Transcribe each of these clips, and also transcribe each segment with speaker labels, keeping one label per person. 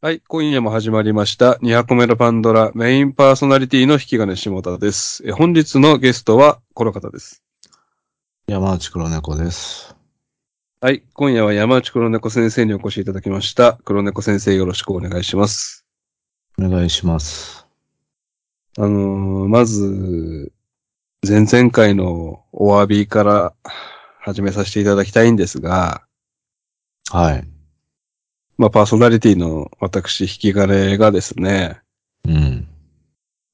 Speaker 1: はい、今夜も始まりました。200個目のパンドラメインパーソナリティの引き金下田です。え本日のゲストはこの方です。
Speaker 2: 山内黒猫です。
Speaker 1: はい、今夜は山内黒猫先生にお越しいただきました。黒猫先生よろしくお願いします。
Speaker 2: お願いします。
Speaker 1: あのー、まず、前々回のお詫びから始めさせていただきたいんですが、
Speaker 2: はい。
Speaker 1: まあパーソナリティの私引き金がですね、
Speaker 2: うん。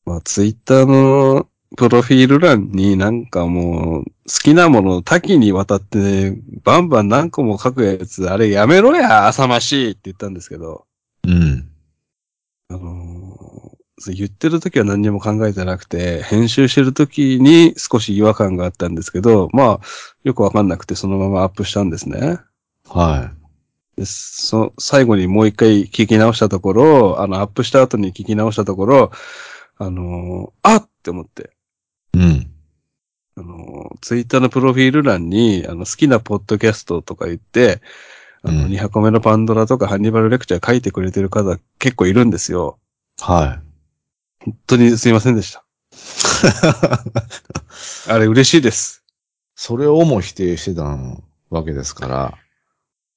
Speaker 1: まあ、ツイッターのプロフィール欄になんかもう、好きなものを多岐にわたって、バンバン何個も書くやつ、あれやめろや、浅ましいって言ったんですけど、
Speaker 2: うん。
Speaker 1: あのーそう言ってる時は何にも考えてなくて、編集してる時に少し違和感があったんですけど、まあ、よくわかんなくてそのままアップしたんですね。
Speaker 2: は
Speaker 1: でそ最後にもう一回聞き直したところ、あの、アップした後に聞き直したところ、あのーあっって思って、
Speaker 2: い。うん。
Speaker 1: あの、ツイッターのプロフィール欄に、あの、好きなポッドキャストとか言って、あの、
Speaker 2: うん
Speaker 1: 200個目のパンドラとかハンニバルレクチャー書いてくれてる方結構いるんですよ。
Speaker 2: は
Speaker 1: 本当にすいませんでした。
Speaker 2: い。
Speaker 1: あれ嬉しいです。
Speaker 2: それをも否定してたわけですから。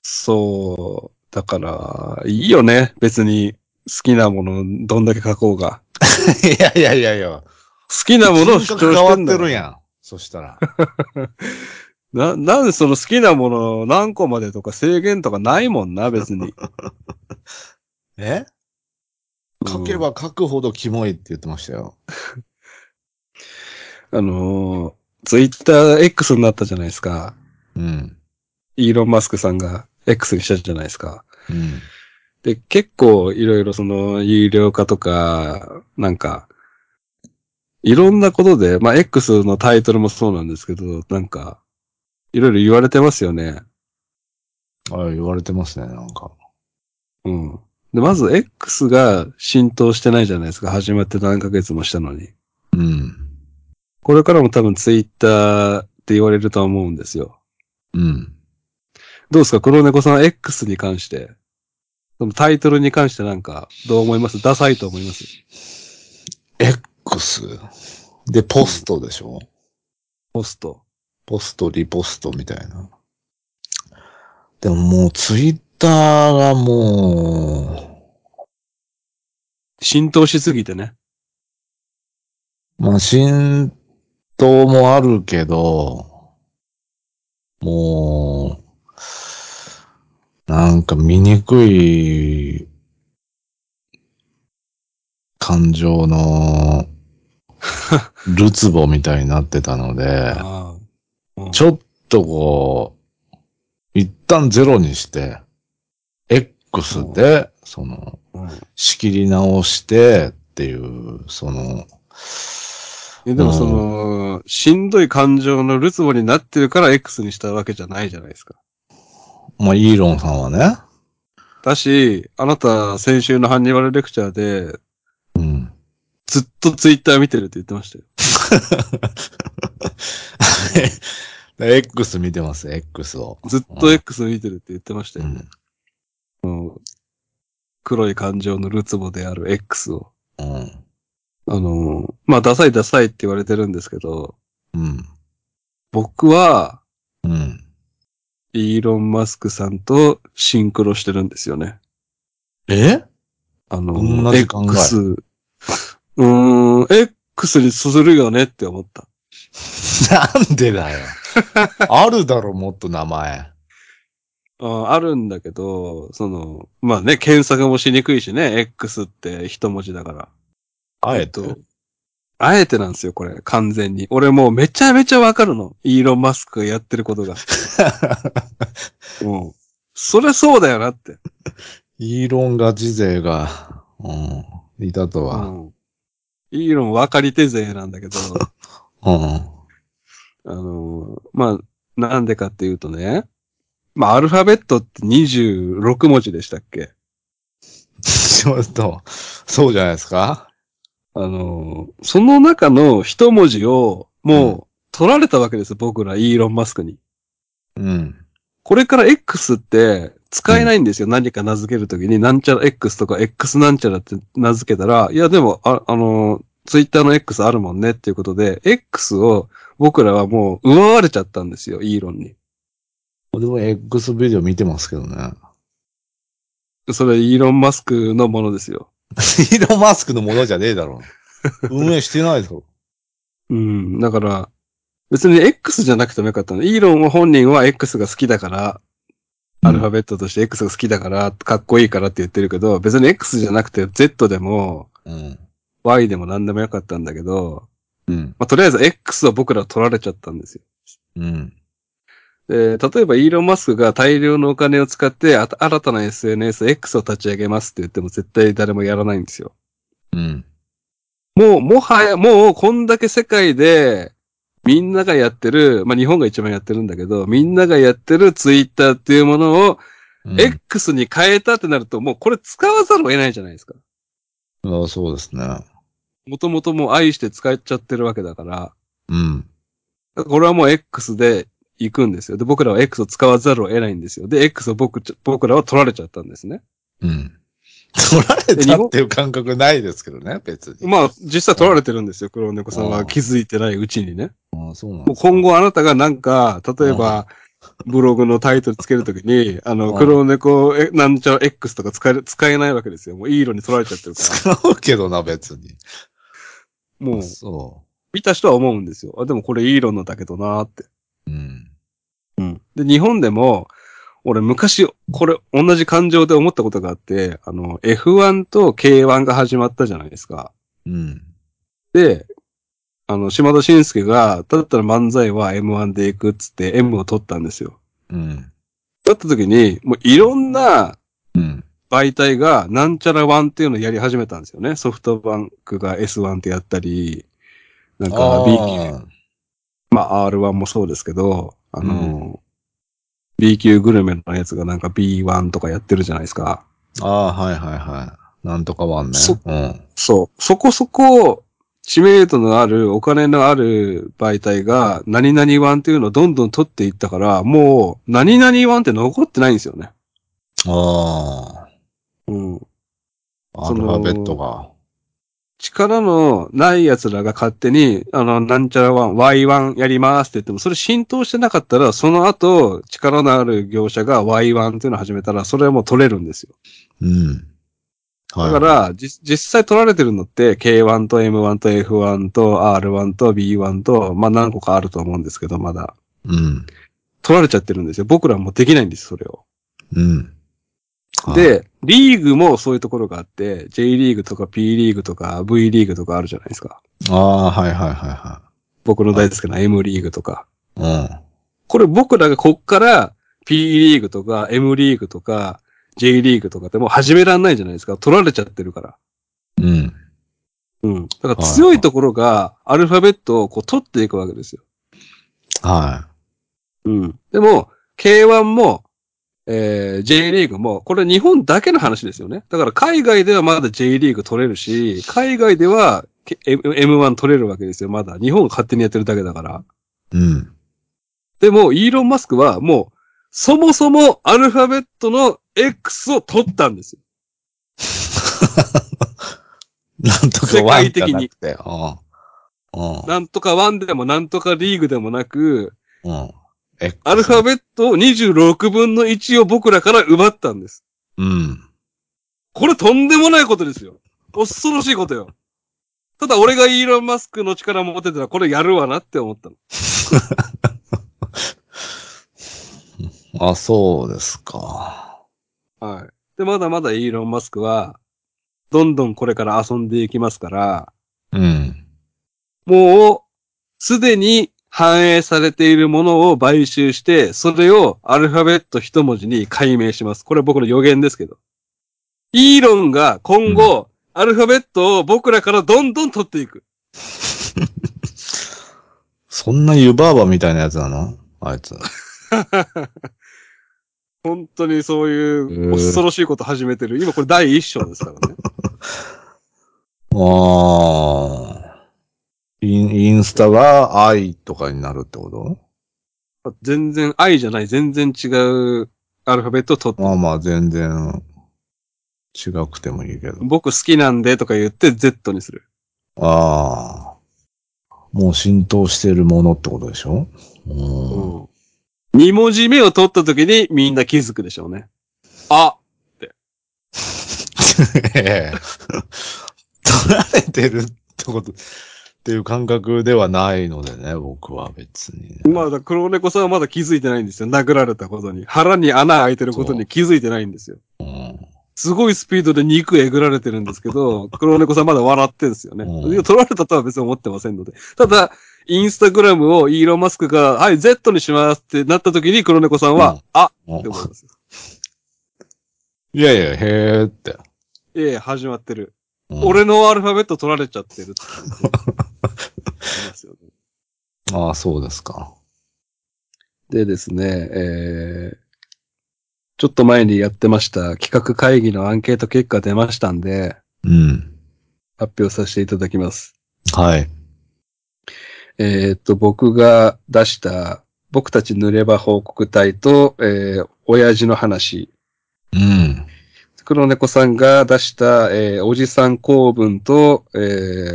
Speaker 1: そう。だから、いいよね。別に好きなものどんだけ書こうが。
Speaker 2: いやいやいやいや。
Speaker 1: 好きなものを主張
Speaker 2: 変
Speaker 1: し
Speaker 2: わ
Speaker 1: て
Speaker 2: っ
Speaker 1: ん
Speaker 2: て
Speaker 1: だ
Speaker 2: る
Speaker 1: よ。
Speaker 2: やん。そしたら。
Speaker 1: な、なんでその好きなもの何個までとか制限とかないもんな、別に。
Speaker 2: え 書けば書くほどキモいって言ってましたよ。
Speaker 1: うん。あのー、ツイッター X になったじゃないですか。
Speaker 2: うん。
Speaker 1: イーロン・マスクさんが X にしたじゃないですか。
Speaker 2: うん。
Speaker 1: で、結構いろいろその有料化とか、なんか、いろんなことで、まあ X のタイトルもそうなんですけど、なんか、いろいろ言われてますよね。
Speaker 2: あ言われてますね、なんか。
Speaker 1: うん。で、まず X が浸透してないじゃないですか。始まって何ヶ月もしたのに。
Speaker 2: うん。
Speaker 1: これからも多分 Twitter って言われるとは思うんですよ。
Speaker 2: うん。
Speaker 1: どうですか黒猫さん X に関して。そのタイトルに関してなんか、どう思いますダサいと思います
Speaker 2: X。で、ポストでしょ、
Speaker 1: ポスト。
Speaker 2: ポスト、リポストみたいな。でももうツイッターがも
Speaker 1: 浸透しすぎてね。
Speaker 2: う、まあ浸透もあるけど、もう、なんか醜い感情のるつぼみたいになってたので、
Speaker 1: ああ
Speaker 2: ちょっとこう、一旦ゼロにして、X で、その、仕切り直してっていう、その、
Speaker 1: えでもその、しんどい感情のるつぼになってるから X にしたわけじゃないじゃないですか。
Speaker 2: うん、まあ、イーロンさんはね、
Speaker 1: だし、あなた先週のハンニバルレクチャーで
Speaker 2: うん。
Speaker 1: ずっとツイッター見てるって言ってましたよ。
Speaker 2: X 見てます、X を。
Speaker 1: ずっと X 見てるって言ってました
Speaker 2: う
Speaker 1: よ。
Speaker 2: ん。
Speaker 1: 黒い感情のるつぼである X を。
Speaker 2: うん。
Speaker 1: あの、まあ、ダサいダサいって言われてるんですけど、
Speaker 2: うん。
Speaker 1: 僕は、
Speaker 2: うん。
Speaker 1: イーロン・マスクさんとシンクロしてるんですよね。
Speaker 2: え
Speaker 1: あの、
Speaker 2: 同じ考え
Speaker 1: X、うーん、X にするよねって思った。
Speaker 2: なんでだよ。あるだろ、もっと名前。
Speaker 1: ああるんだけど、その、まあね、検索もしにくいしね、X って一文字だから。
Speaker 2: あ
Speaker 1: え
Speaker 2: え
Speaker 1: っと
Speaker 2: と。、
Speaker 1: あえてなんですよ、これ、完全に。俺もうめちゃめちゃわかるの。イーロン・マスクがやってること が。うん。それそうだよなって。
Speaker 2: イーロンガチ勢が、うん、いたと
Speaker 1: う
Speaker 2: は。
Speaker 1: ん。イーロン分かり手勢なんだけど、
Speaker 2: うん。
Speaker 1: あの、まあ、なんでかっていうとね、まあ、アルファベットって26文字でしたっけ
Speaker 2: ちょっと、そうじゃないですか
Speaker 1: あの、その中の一文字をもう取られたわけです、僕ら、イーロン・マスクに。
Speaker 2: うん。
Speaker 1: これから X って使えないんですよ。何か名付けるときに、なんちゃら X とか X なんちゃらって名付けたら、いやでも、あ、あの、ツイッターの X あるもんねっていうことで、X を僕らはもう奪われちゃったんですよ、イーロンに。
Speaker 2: 俺も X ビデオ見てますけどね。
Speaker 1: それイーロン・マスクのものですよ。
Speaker 2: イーロンマスクのものじゃねえだろ。運営してないだろ。
Speaker 1: うん。だから、別に X じゃなくてもよかったの。イーロンは本人は X が好きだから、アルファベットとして X が好きだから、かっこいいからって言ってるけど、別に X じゃなくて Z でも
Speaker 2: うん。
Speaker 1: Y でも何でもよかったんだけど、
Speaker 2: うん。
Speaker 1: まあ、とりあえず X は僕ら取られちゃったんですよ。
Speaker 2: うん。
Speaker 1: で、例えばイーロン・マスクが大量のお金を使って、あた新たな SNS、X を立ち上げますって言っても絶対誰もやらないんですよ。
Speaker 2: うん。
Speaker 1: もう、もはや、もう、こんだけ世界で、みんながやってる、まあ、日本が一番やってるんだけど、みんながやってるツイッターっていうものを、
Speaker 2: うん、
Speaker 1: X に変えたってなると、もうこれ使わざるを得ないじゃないですか。
Speaker 2: あそうですね。
Speaker 1: もともともう愛して使っちゃってるわけだから、だか
Speaker 2: うん。
Speaker 1: らこれはもう X で行くんですよ。で、僕らは X を使わざるを得ないんですよ。で、X を僕ち、僕らは取られちゃったんですね。
Speaker 2: うん。取られたっていう感覚ないですけどね、別に。
Speaker 1: まあ、実際取られてるんですよ。黒猫さんは気づいてないうちにね。
Speaker 2: ああ、そうなん
Speaker 1: も
Speaker 2: で
Speaker 1: う
Speaker 2: すか
Speaker 1: 今後あなたがなんか、例えば、ブログのタイトルつけるときに、あの、
Speaker 2: うん
Speaker 1: 黒猫、えなんちゃら X とか使え、使えないわけですよ。もういい色に取られちゃってるから。
Speaker 2: 使うけどな、別に。
Speaker 1: もう、
Speaker 2: そ
Speaker 1: 見た人は思うんですよ。あ、でもこれいい色なんだけどなーって。
Speaker 2: う。うん。
Speaker 1: うん。で、日本でも、俺昔、これ、同じ感情で思ったことがあって、あの、F1 と K1 が始まったじゃないですか。
Speaker 2: うん。
Speaker 1: で、あの、島田紳介が、だったら漫才は M1 で行くっつって M を取ったんですよ。
Speaker 2: うん。
Speaker 1: だった時に、もういろんな
Speaker 2: うん。
Speaker 1: 媒体がなんちゃら1っていうのをやり始めたんですよね。ソフトバンクが S1 ってやったり、なんか B 級、
Speaker 2: ああ
Speaker 1: まあ R1 もそうですけど、あの、B 級グルメのやつがなんか B1 とかやってるじゃないですか。
Speaker 2: ああ、はいはいはい。なんとかワンね。
Speaker 1: そ
Speaker 2: うん。
Speaker 1: そう。そこそこ、知名度のある、お金のある媒体が、何々1っていうのをどんどん取っていったから、もう、何々1って残ってないんですよね。
Speaker 2: あ
Speaker 1: うん。
Speaker 2: あ。ア
Speaker 1: そ
Speaker 2: ルフ
Speaker 1: の
Speaker 2: ァベットが。
Speaker 1: 力のない奴らが勝手に、あの、なんちゃらワン、Y1 やりますって言っても、それ浸透してなかったら、その後、力のある業者が Y1 っていうのを始めたら、それはもう取れるんですよ。
Speaker 2: うん。
Speaker 1: だ
Speaker 2: はい。
Speaker 1: から、じ実際取られてるのって、K1 と M1 と F1 と R1 と B1 と、まあ何個かあると思うんですけど、まだ。
Speaker 2: うん。
Speaker 1: 取られちゃってるんですよ。僕らはもうできないんです、それを。
Speaker 2: うん。はい、
Speaker 1: で、リーグもそういうところがあって、J リーグとか P リーグとか V リーグとかあるじゃないですか。
Speaker 2: ああ、はいはいは
Speaker 1: 僕の大好きな M リーグとか。
Speaker 2: いはい。
Speaker 1: これ僕らがこっから P リーグとか M リーグとか J リーグとかってもう始めらんないじゃないですか。取られちゃってるから。
Speaker 2: うん。うん。
Speaker 1: うん。だから強いところがアルファベットをこう取っていくわけですよ。
Speaker 2: は
Speaker 1: うん。でも、K1 も、えー、J リーグも、これ日本だけの話ですよね。だから海外ではまだ J リーグ取れるし、海外では K- M- M1 取れるわけですよ、まだ。日本が勝手にやってるだけだから。
Speaker 2: い。うん。
Speaker 1: でも、イーロン・マスクはもう、そもそもアルファベットの X を取ったんですよ。
Speaker 2: なんとかワンじゃなくて。うん。
Speaker 1: なんとか1でもなんとかリーグでもなく、
Speaker 2: うん。うん。X
Speaker 1: アルファベットを26分の1を僕らから奪ったんです。
Speaker 2: うん。
Speaker 1: これとんでもないことですよ。恐ろしいことよ。ただ俺がイーロン・マスクの力持ってたらこれやるわなって思ったの。
Speaker 2: あ、そうですか。
Speaker 1: はい。で、まだまだイーロン・マスクは、どんどんこれから遊んでいきますから、
Speaker 2: うん。
Speaker 1: もう、すでに反映されているものを買収して、それをアルファベット一文字に解明します。これは僕の予言ですけど。イーロンが今後、アルファベットを僕らからどんどん取っていく。
Speaker 2: そんな湯婆婆みたいなやつなのあいつ。
Speaker 1: 本当にそういう
Speaker 2: へー
Speaker 1: 恐ろしいこと始めてる。今これ第一章ですからね。
Speaker 2: ああ。インインスタが愛とかになるってこと
Speaker 1: 全然愛じゃない、全然違うアルファベットを取って、
Speaker 2: まあまあ全然違くてもいいけど。
Speaker 1: 僕好きなんでとか言って Z にする。
Speaker 2: ああ。もう浸透してるものってことでしょうん。
Speaker 1: 二文字目を取った時にみんな気づくでしょうね。あ、
Speaker 2: ええ取られてるってこと、っていう感覚ではないのでね、僕は別に、ね。
Speaker 1: まあ、だから黒猫さんはまだ気づいてないんですよ。殴られたことに。腹に穴開いてることに気づいてないんですよ。
Speaker 2: うん
Speaker 1: すごいスピードで肉えぐられてるんですけ ど、黒猫さんまだ笑ってんですよね。
Speaker 2: うん
Speaker 1: いや取られたとは別に思ってませんので。ただ、インスタグラムをイーロンマスクが、はい、Z にしますってなった時に黒猫さんは、
Speaker 2: うん
Speaker 1: あ
Speaker 2: うん
Speaker 1: って思います。
Speaker 2: いやいや、へえって。
Speaker 1: いやいや、始まってる。
Speaker 2: うん
Speaker 1: 俺のアルファベット取られちゃ ってるって感じありますよね
Speaker 2: ああ、そうですか。
Speaker 1: でですね、えー、ちょっと前にやってました企画会議のアンケート結果出ましたんで、
Speaker 2: うん。
Speaker 1: 発表させていただきます。
Speaker 2: はい。
Speaker 1: えーっと、僕が出した、僕たち濡れ場報告隊と、えー、親父の話。
Speaker 2: うん。
Speaker 1: 黒猫さんが出した、えー、おじさん公文と、え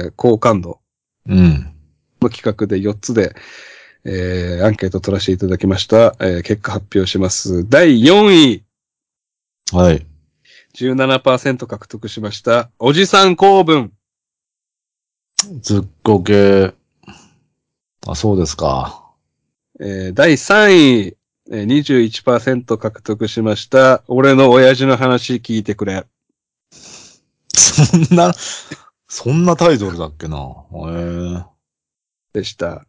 Speaker 1: ー、好感度
Speaker 2: うん。
Speaker 1: の企画で4つで、えー、アンケート取らせていただきました。えー、結果発表します。第4位、
Speaker 2: はい。
Speaker 1: 17%獲得しました。おじさん公文。
Speaker 2: ずっこけ。あ、そうですか。
Speaker 1: えー、第3位、えー、21%獲得しました。俺の親父の話聞いてくれ。
Speaker 2: そんな、そんなタイトルだっけな。へ
Speaker 1: でした。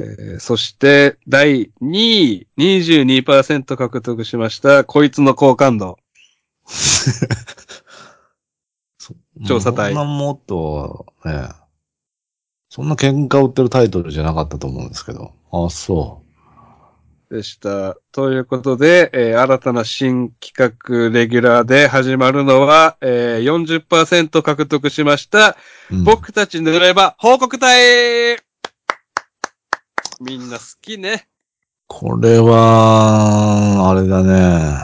Speaker 1: えーそして、第2位、22%獲得しました、こいつの好感度。
Speaker 2: え。
Speaker 1: 調査隊
Speaker 2: そんなもっと、ね、そんな喧嘩売ってるタイトルじゃなかったと思うんですけど。あ、そ
Speaker 1: でした。ということで、えー新たな新企画レギュラーで始まるのは、えー40%獲得しました、
Speaker 2: う。うん、
Speaker 1: 僕たち塗れば報告隊みんな好きね。
Speaker 2: これは、あれだね。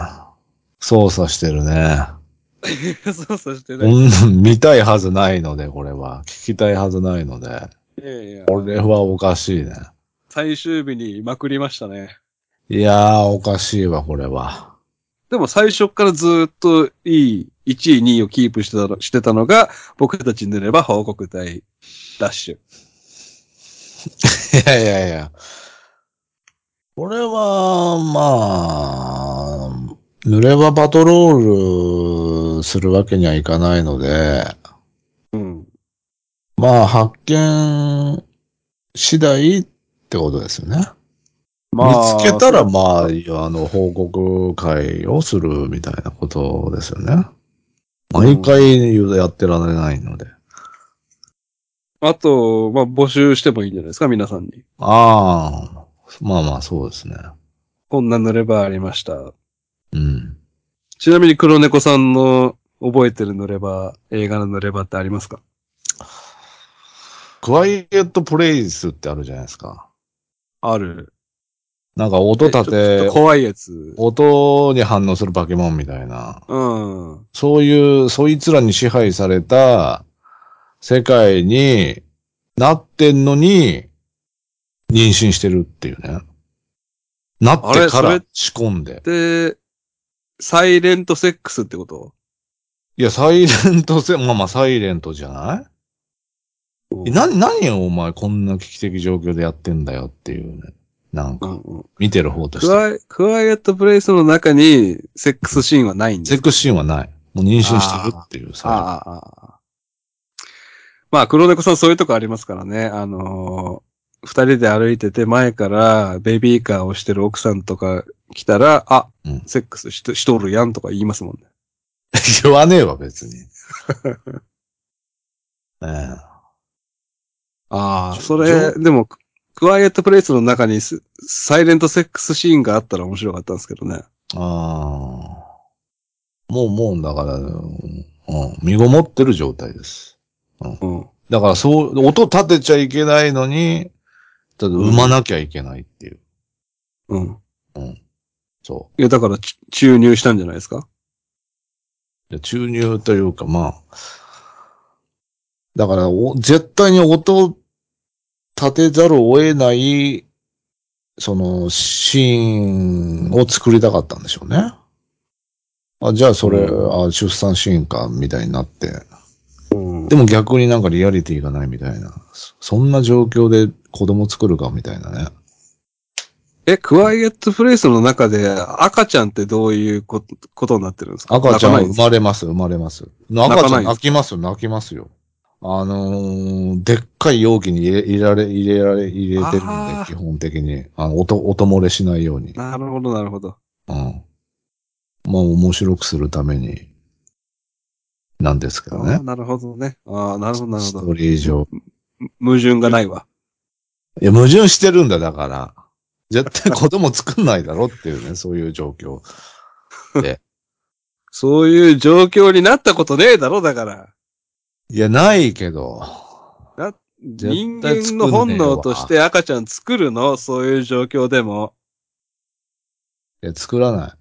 Speaker 2: 操作してるね。
Speaker 1: そうそうしてない。
Speaker 2: うん、見たいはずないので、これは。聞きたいはずないので。
Speaker 1: いやいや
Speaker 2: これはおかしいね。
Speaker 1: 最終日にまくりましたね。
Speaker 2: いやー、おかしいわ、これは。
Speaker 1: でも最初からずーっといい1位、2位をキープしてたのしてたのが、僕たち塗れば報告隊ダッシュ。
Speaker 2: いやいやいや。これは、まあ、濡れ場パトロールするわけにはいかないので、
Speaker 1: うん。
Speaker 2: まあ、発見次第ってことですよね。見つけたら、まあ、あの、報告会をするみたいなことですよね。毎回やってられないので。
Speaker 1: あと、まあ、募集してもいいんじゃないですか、皆さんに。
Speaker 2: ああ、まあまあ、そうですね。
Speaker 1: こんな塗ればありました。
Speaker 2: うん。
Speaker 1: ちなみに黒猫さんの覚えてる塗れば、映画の塗ればってありますか
Speaker 2: クワイエットプレイスってあるじゃないですか。
Speaker 1: ある。
Speaker 2: なんか音立
Speaker 1: ちょ
Speaker 2: て
Speaker 1: っと、怖いやつ。
Speaker 2: 音に反応する化け物みたいな。
Speaker 1: うん。
Speaker 2: そういう、そいつらに支配された世界になってんのに、妊娠してるっていうね。なっ
Speaker 1: あ
Speaker 2: て
Speaker 1: れ
Speaker 2: か
Speaker 1: それ
Speaker 2: ら仕込んで。
Speaker 1: で、サイレントセックスってこと
Speaker 2: いや、サイレントせ、まあまあ、サイレントじゃないえな、何をお前こんな危機的状況でやってんだよっていうね。なん
Speaker 1: う
Speaker 2: か、
Speaker 1: んうん
Speaker 2: 見てる方とし
Speaker 1: ク
Speaker 2: て。
Speaker 1: ワイ、クワイエットプレイスの中にセックスシーンはないんです
Speaker 2: セックスシーンはない。もう妊娠してるっていうさ。
Speaker 1: ああああああ。まあ、黒猫さんそういうとこありますからね。あのー二人で歩いてて前からベビーカーをしてる奥さんとか来たら、あ、
Speaker 2: うん
Speaker 1: セックスしとしとるやんとか言いますもんね。
Speaker 2: 言わねえわ、別に。ええ。
Speaker 1: あ
Speaker 2: あ
Speaker 1: それ、でも、ククワイエットプレイスの中にスサイレントセックスシーンがあったら面白かったんですけどね。
Speaker 2: ああ。もうもう、だから、うん、身ごもってる状態です。
Speaker 1: うん。
Speaker 2: だからそう、音立てちゃいけないのに、ただ産まなきゃいけないっていう。
Speaker 1: うん。
Speaker 2: そ
Speaker 1: いや、だからち、注入したんじゃないですか
Speaker 2: う。で注入というか、まあ、だからお、絶対に音を立てざるを得ない、その、シーンを作りたかったんでしょうね。あ、じゃあそれ、
Speaker 1: う
Speaker 2: あ出産シーンか、みたいになって。
Speaker 1: うん。
Speaker 2: でも逆になんかリアリティがないみたいな。そそんな状況で子供作るか、みたいなね。
Speaker 1: え、クワイエットプレイスの中で赤ちゃんってどういうことことになってるんですか
Speaker 2: 赤ちゃんは
Speaker 1: 泣かないで
Speaker 2: 生
Speaker 1: すか
Speaker 2: まれます、生まれます。
Speaker 1: かないです
Speaker 2: 赤ちゃん泣きますよ、泣きますよ。あのーでっかい容器に入れ入れられ、入れられ、入れてるん
Speaker 1: あー
Speaker 2: で、基本的に。あの、音、音漏れしないように。
Speaker 1: なるほど、なるほど。
Speaker 2: うん。まあ、面白くするために、なんですけど
Speaker 1: あ
Speaker 2: ね
Speaker 1: ー。なるほどね。ああ、なるほど、なる
Speaker 2: スト
Speaker 1: ほ
Speaker 2: ー
Speaker 1: ど。
Speaker 2: リー上。
Speaker 1: 矛盾がないわ。
Speaker 2: いや、矛盾してるんだ、だから。絶対子供作んないだろっていうね、そういう状況。
Speaker 1: そういう状況になったことねえだろ、だから。
Speaker 2: いや、ないけど。
Speaker 1: 人間の本能として赤ちゃん作るのそういう状況でも。
Speaker 2: いや、作らない。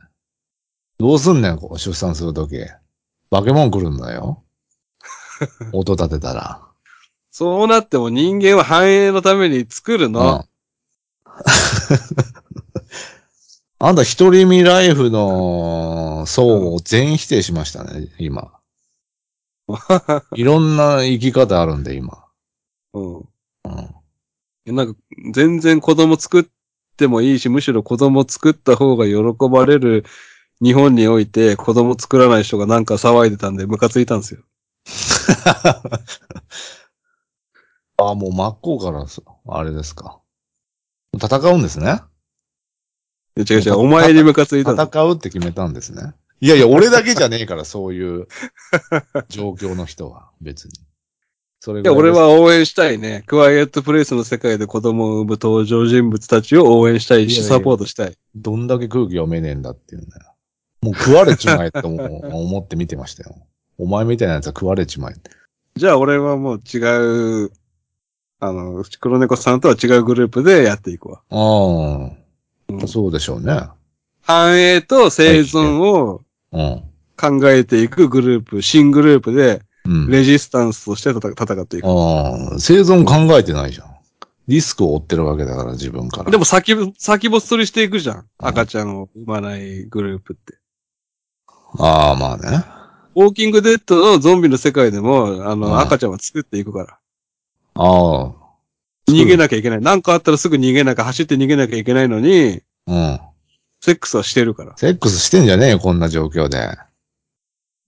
Speaker 2: どうすんねん、こう、出産するとき。化け物来るんだよ。音立てたら。
Speaker 1: そうなっても人間は繁栄のために作る
Speaker 2: うん
Speaker 1: の。。
Speaker 2: あんた一人身ライフの層を全否定しましたね、今。いろんな生き方あるんで、今。
Speaker 1: うん。
Speaker 2: うん。
Speaker 1: なんか、全然子供作ってもいいし、むしろ子供作った方が喜ばれる日本において子供作らない人がなんか騒いでたんでムカついたんですよ。
Speaker 2: ああ、もう真っ向からそ、あれですか。戦うんですね。
Speaker 1: いや違う違う、お前にムカついたんです。
Speaker 2: 戦うって決めたんですね。いやいや、俺だけじゃねえから、そう いう状況の人は、別に。それ
Speaker 1: いや、俺は応援したいね。クワイエットプレイスの世界で子供を産む登場人物たちを応援したい
Speaker 2: いや
Speaker 1: し、
Speaker 2: いや
Speaker 1: サポートしたい。
Speaker 2: どんだけ空気読めねえんだっていうね。もう食われちまえって思思って見てましたよ。 お前みたいなやつは食われちまえって。
Speaker 1: じゃあ俺はもう違う、あの、黒猫さんとは違うグループでやっていくわ。
Speaker 2: あ
Speaker 1: う
Speaker 2: あ、
Speaker 1: ん
Speaker 2: そうでしょうね。
Speaker 1: 繁栄と生存を
Speaker 2: うん。
Speaker 1: 考えていくグループ、新グループで、
Speaker 2: うん。
Speaker 1: レジスタンスとして戦戦っていく。
Speaker 2: ああ、生存考えてないじゃん。リスクを負ってるわけだから、自分から。
Speaker 1: でも先、先細りしていくじゃん。赤ちゃんを産まないグループって。
Speaker 2: ああ、まあね。
Speaker 1: ウォーキングデッドのゾンビの世界でも、あ
Speaker 2: うん
Speaker 1: の、赤ちゃんは作っていくから。
Speaker 2: ああ。
Speaker 1: 逃げなきゃいけない。なんかあったらすぐ逃げなきゃ、走って逃げなきゃいけないのに、
Speaker 2: うん。
Speaker 1: セックスはしてるから。
Speaker 2: セックスしてんじゃねえよ、こんな状況で。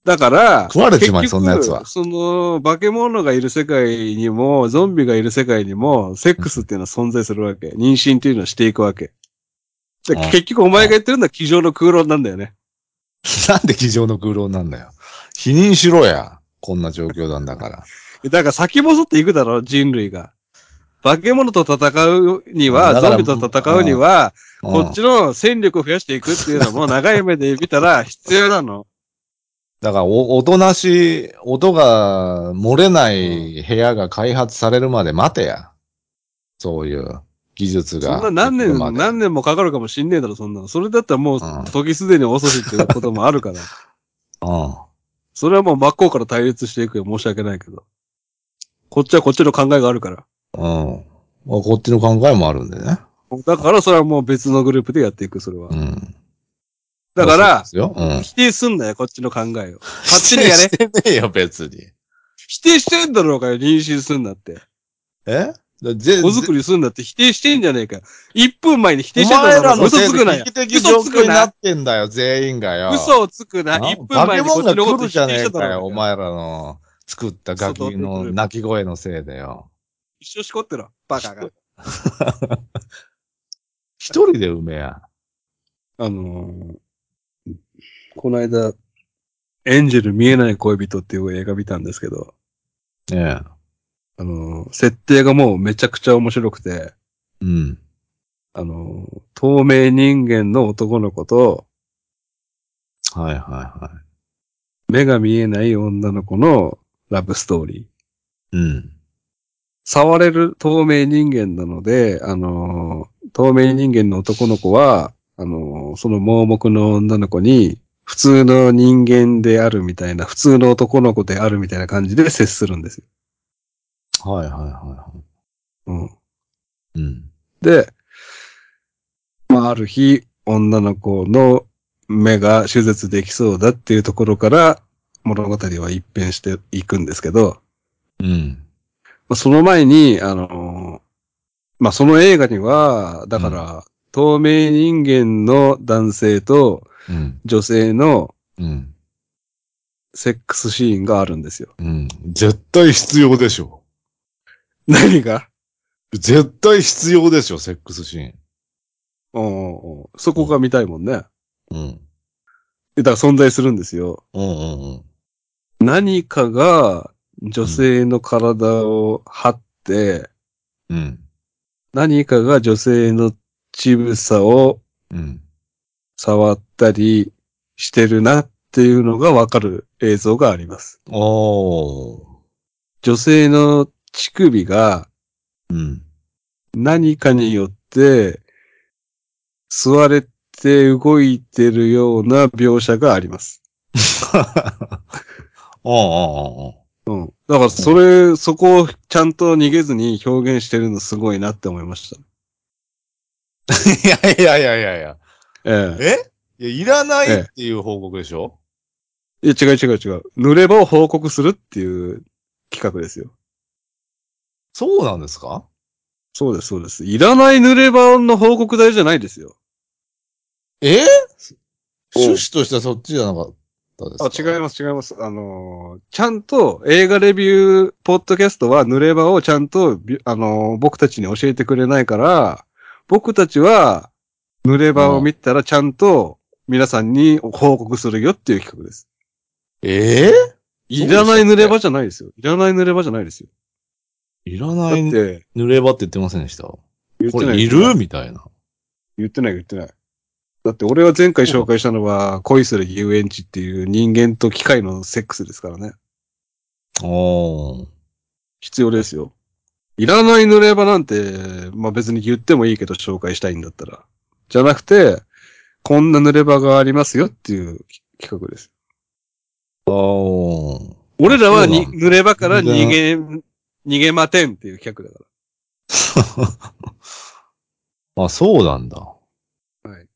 Speaker 1: だから、
Speaker 2: 食われちまえ
Speaker 1: 結局
Speaker 2: そんなやつは
Speaker 1: その、化け物がいる世界にも、ゾンビがいる世界にも、セックスっていうのは存在するわけ。妊娠っていうのはしていくわけ。で
Speaker 2: うん
Speaker 1: 結局お前が言ってるのは机上の空論なんだよね。
Speaker 2: なんで机上の空論なんだよ。否認しろや。こんな状況なんだか
Speaker 1: だ
Speaker 2: ら。
Speaker 1: から先細っていくだろ、人類が。化け物と戦うに
Speaker 2: だ
Speaker 1: は、
Speaker 2: か
Speaker 1: ゾ
Speaker 2: ら
Speaker 1: ンビと戦うには、
Speaker 2: うん
Speaker 1: こっちの戦力を増やしていくっていうのも長い目で見たら必要なの。
Speaker 2: だからお、おとなしい、音が漏れない部屋が開発されるまで待てや。そういう技術が。
Speaker 1: そんな何
Speaker 2: 来る
Speaker 1: 年、
Speaker 2: まで
Speaker 1: 何年もかかるかもしんねえだろ、そんなの。それだったらもう
Speaker 2: うん、
Speaker 1: 時すでに遅しっていうこともあるから。
Speaker 2: うん。
Speaker 1: それはもう真っ向から対立していくよ。申し訳ないけど。こっちはこっちの考えがあるから。
Speaker 2: うん。まあこっちの考えもあるんでね。
Speaker 1: だからそれはもう別のグループでやっていく、それは
Speaker 2: う。ん。
Speaker 1: だか
Speaker 2: まあ
Speaker 1: ら、
Speaker 2: そうですよ。うん。
Speaker 1: 否定すんなよ、こっちの考えを。勝手 にやれ
Speaker 2: 否。定してねえよ、別に。
Speaker 1: 否定してんだろうかよ、妊娠すんなって。
Speaker 2: えだぜ
Speaker 1: 子作りすんなって否定してんじゃねえかよ。1分前に否定
Speaker 2: お
Speaker 1: してんだ
Speaker 2: 前
Speaker 1: ろう
Speaker 2: ら
Speaker 1: が
Speaker 2: の
Speaker 1: 嘘
Speaker 2: せい
Speaker 1: つ
Speaker 2: で
Speaker 1: くなよ
Speaker 2: 危機。的状
Speaker 1: 嘘つ
Speaker 2: 況
Speaker 1: く
Speaker 2: にな
Speaker 1: な
Speaker 2: っ。てんだよ、全員がよ。
Speaker 1: 嘘をつくな。
Speaker 2: な
Speaker 1: 1分前にこっちのこと
Speaker 2: 化け物が来
Speaker 1: 否定
Speaker 2: るじゃね
Speaker 1: して
Speaker 2: え
Speaker 1: た
Speaker 2: か
Speaker 1: だろ
Speaker 2: よ、
Speaker 1: う
Speaker 2: お
Speaker 1: がよ。
Speaker 2: 前らの作ったガキの鳴き声のせいだよ。
Speaker 1: 一生しこってろ、バカが。
Speaker 2: 一人で埋めや。
Speaker 1: あのーこの間、エンジェル見えない恋人っていう映画見たんですけど、
Speaker 2: ね
Speaker 1: あのー設定がもうめちゃくちゃ面白くて、
Speaker 2: え。うん。
Speaker 1: あのー透明人間の男の子と、
Speaker 2: はいはいは
Speaker 1: 目が見えない女の子のラブストーリー。
Speaker 2: い。うん。
Speaker 1: 触れる透明人間なので、あのー透明人間の男の子は、あの、その盲目の女の子に、普通の人間であるみたいな、普通の男の子であるみたいな感じで接するんですよ。
Speaker 2: はいはいは
Speaker 1: うん。
Speaker 2: い。うん。
Speaker 1: で、まあ、ある日、女の子の目が手術できそうだっていうところから、物語は一変していくんですけど、
Speaker 2: うん。
Speaker 1: まあ、その前に、あのーまあ、その映画には、だから、透明人間の男性と
Speaker 2: うん。
Speaker 1: 女性の
Speaker 2: うん。
Speaker 1: セックスシーンがあるんですよ。
Speaker 2: うん。絶対必要でしょ。
Speaker 1: 何が
Speaker 2: 絶対必要でしょ、セックスシーン。
Speaker 1: おうおうおうそこが見たいもんね。
Speaker 2: うん。
Speaker 1: だから存在するんですよ。
Speaker 2: うんうんうん。
Speaker 1: 何かが女性の体を張って、
Speaker 2: うん。
Speaker 1: 何かが女性の乳房を
Speaker 2: うん。
Speaker 1: 触ったりしてるなっていうのがわかる映像があります。
Speaker 2: おー。
Speaker 1: 女性の乳首が
Speaker 2: うん。
Speaker 1: 何かによって座れて動いてるような描写があります。
Speaker 2: おーおーおー
Speaker 1: うん。だからそれ、そこをちゃんと逃げずに表現してるのすごいなって思いました。
Speaker 2: おー。いやいやいやいやいや。
Speaker 1: ええ。
Speaker 2: えいや、いらないっていう報告でしょ、
Speaker 1: いや、違う違う違う。濡れ場を報告するっていう企画ですよ。
Speaker 2: そうなんですか
Speaker 1: そうです、そうです。いらない濡れ場の報告代じゃないですよ。
Speaker 2: え
Speaker 1: うん
Speaker 2: 趣旨としてはそっちじゃなかったです
Speaker 1: あ、
Speaker 2: か
Speaker 1: 違います、違います。あのーちゃんと映画レビュー、ポッドキャストは濡れ場をちゃんとび、あのー僕たちに教えてくれないから、僕たちは濡れ場を見たらちゃんと皆さんに報告するよっていう企画です。
Speaker 2: え
Speaker 1: いらない濡れ場じゃないですよ。いらない濡れ場じゃないですよ。
Speaker 2: いら
Speaker 1: だ
Speaker 2: な
Speaker 1: っ
Speaker 2: い濡
Speaker 1: て、
Speaker 2: れ場って言ってませんでしたこ
Speaker 1: 言ってな
Speaker 2: れ
Speaker 1: い
Speaker 2: いるみたいな。
Speaker 1: 言ってない言ってない。だって俺は前回紹介したのは恋する遊園地っていう人間と機械のセックスですからね。
Speaker 2: おー。
Speaker 1: 必要ですよ。いらない濡れ場なんて、まあ別に言ってもいいけど紹介したいんだったら。じゃなくて、こんな濡れ場がありますよっていう企画です。
Speaker 2: おー。
Speaker 1: 俺らはに
Speaker 2: そう
Speaker 1: 濡れ場から逃げ、逃げまてんっていう企画だか
Speaker 2: あ、そうなんだ。
Speaker 1: ら。はい。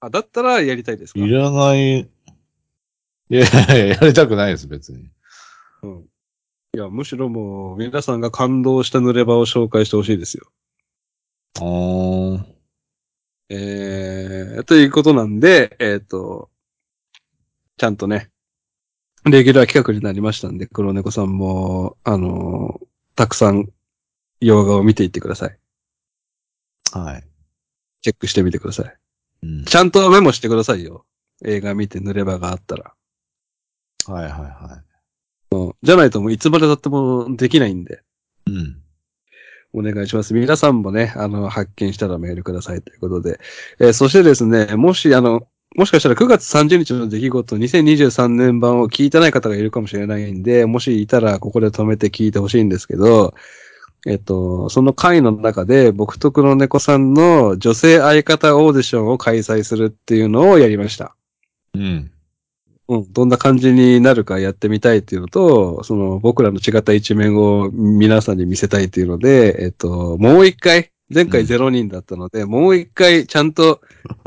Speaker 1: あ、だったらやりたいですか
Speaker 2: いらない。いやいやいや、やりたくないです、別に。
Speaker 1: うん。いや、むしろもう皆さんが感動した濡れ場を紹介してほしいですよ。
Speaker 2: おー。
Speaker 1: えー、ということなんで、えっ、と、ちゃんとね、レギュラー企画になりましたんで、黒猫さんも、あのーたくさん洋画を見ていってください。
Speaker 2: はい。
Speaker 1: チェックしてみてください。
Speaker 2: うん。
Speaker 1: ちゃんとメモしてくださいよ。映画見て濡れ場があったら。
Speaker 2: はいはいは
Speaker 1: うんじゃないともういつまでだってもできないんで、
Speaker 2: い。うん。
Speaker 1: お願いします。皆さんもね、あの、発見したらメールくださいということで。えーそしてですね、もし、あの、もしかしたら9月30日の出来事、2023年版を聞いてない方がいるかもしれないんで、もしいたらここで止めて聞いてほしいんですけど、えっと、その回の中で僕と黒猫さんの女性相方オーディションを開催するっていうのをやりました。
Speaker 2: うん。
Speaker 1: うん、どんな感じになるかやってみたいっていうのと、その僕らの違った一面を皆さんに見せたいっていうので、えっと、もう一回、前回
Speaker 2: うん
Speaker 1: 0人だったので、もう一回ちゃんと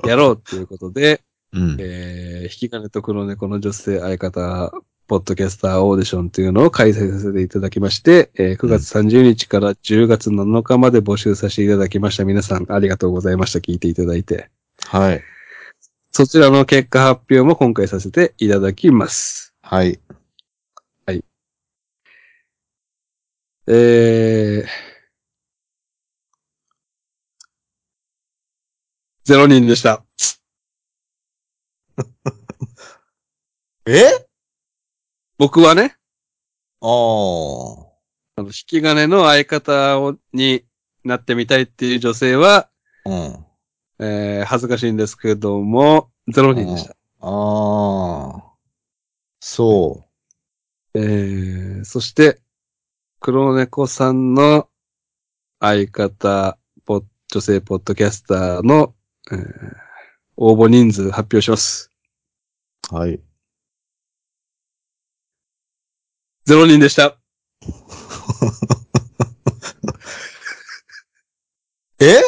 Speaker 1: やろうっていうことで、
Speaker 2: うん。
Speaker 1: えー、引き金と黒猫の女性相方、ポッドキャスターオーディションというのを開催させていただきまして、えー9月30日から10月7日まで募集させていただきました。皆さんありがとうございました。聞いていただいて。
Speaker 2: はい。
Speaker 1: そちらの結果発表も今回させていただきます。
Speaker 2: はい。
Speaker 1: えー、0人でした。
Speaker 2: え
Speaker 1: 僕はね、
Speaker 2: ああ。
Speaker 1: あの引き金の相方をになってみたいっていう女性は、
Speaker 2: うん。
Speaker 1: えー、恥ずかしいんですけども、0人でした。
Speaker 2: ああ。そ
Speaker 1: えー、そして、黒猫さんの相方、ポッ女性ポッドキャスターの、えー応募人数発表します。
Speaker 2: はい。
Speaker 1: 0人でした。
Speaker 2: え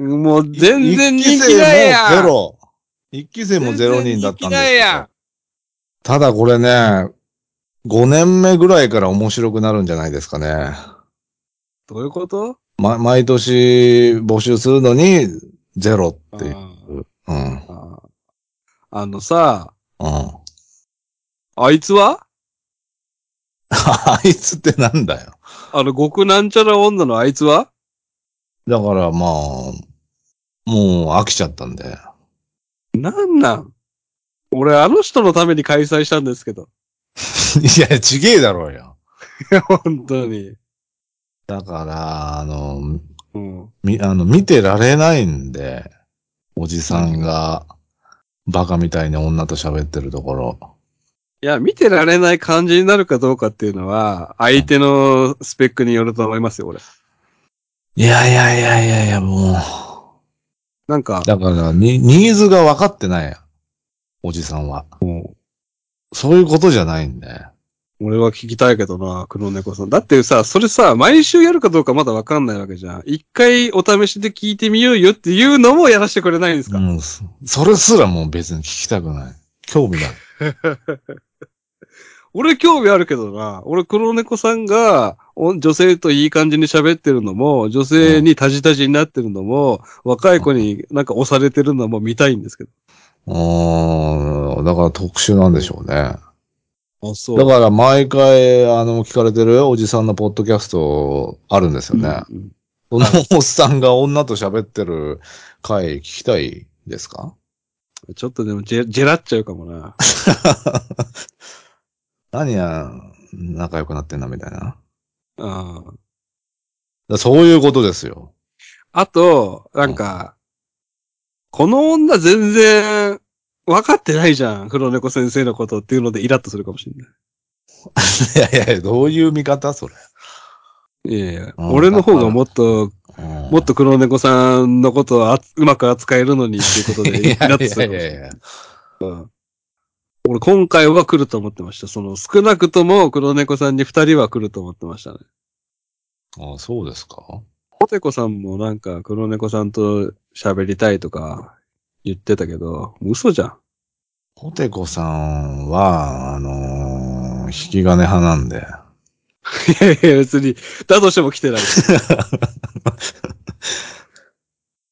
Speaker 1: もう全然
Speaker 2: 一期
Speaker 1: 人気
Speaker 2: 生
Speaker 1: ないや
Speaker 2: もゼロ。一期生もゼロ人だったんですけど。ただこれね、5年目ぐらいから面白くなるんじゃないですかね。
Speaker 1: どういうこと
Speaker 2: ま、毎年募集するのに、ゼロっていう。うん。うん。
Speaker 1: あーあのさ、
Speaker 2: あ
Speaker 1: あいつは
Speaker 2: いつってなんだよ。
Speaker 1: あの、極なんちゃら女のあいつは
Speaker 2: だからまあ、もう飽きちゃったんで。
Speaker 1: なんなん俺、あの人のために開催したんですけど。
Speaker 2: いや、ちげえだろうよ。
Speaker 1: 本当に。
Speaker 2: だから、あの、
Speaker 1: うん。
Speaker 2: み、あの、見てられないんで、おじさんが、バカみたいに女と喋ってるところ。
Speaker 1: いや、見てられない感じになるかどうかっていうのは、相手のスペックによると思いますよ、俺。
Speaker 2: いやいやいやいやいや、もう。
Speaker 1: なんか、
Speaker 2: だから、に、ニーズが分かってないや。おじさんは。そういうことじゃないんで。
Speaker 1: 俺は聞きたいけどな、黒猫さん。だってさ、それさ、毎週やるかどうかまだわかんないわけじゃん。一回お試しで聞いてみようよっていうのもやらせてくれないんですか、
Speaker 2: うん、そそれすらもう別に聞きたくない。興味ない。
Speaker 1: 俺興味あるけどな。俺黒猫さんが、お女性といい感じに喋ってるのも、女性にタジタジになってるのも、若い子になんか押されてるのも見たいんですけど。
Speaker 2: うーん、だから特殊なんでしょうね。
Speaker 1: あ、そ
Speaker 2: だから毎回、あの、聞かれてるおじさんのポッドキャストあるんですよね。
Speaker 1: うんうん
Speaker 2: そのおっさんが女と喋ってる回聞きたいです か
Speaker 1: ちょっとでもジェ、ジェラっちゃうかもな。
Speaker 2: 何や、仲良くなってんだみたいな。だか
Speaker 1: うん。
Speaker 2: らそういうことですよ。
Speaker 1: あと、なんか、この女全然分かってないじゃん。黒猫先生のことっていうのでイラッとするかもしれない。
Speaker 2: いやいやいや、どういう見方それ。
Speaker 1: いやいや、
Speaker 2: うん
Speaker 1: 俺の方がもっと、も
Speaker 2: も
Speaker 1: っと黒猫さんのことをあつうまく扱えるのにっていうことでイ
Speaker 2: いや
Speaker 1: ラッと
Speaker 2: い
Speaker 1: す
Speaker 2: や
Speaker 1: る
Speaker 2: い
Speaker 1: かもしれ
Speaker 2: や
Speaker 1: ないい。
Speaker 2: や。
Speaker 1: 俺今回は来ると思ってました。その少なくとも黒猫さんに二人は来ると思ってましたね。
Speaker 2: あそうですか
Speaker 1: ポテコさんもなんか黒猫さんと喋りたいとか言ってたけど、嘘じゃん。
Speaker 2: ポテコさんは、あのー引き金派なんで。
Speaker 1: いやいや、別に、だとしても来 てない。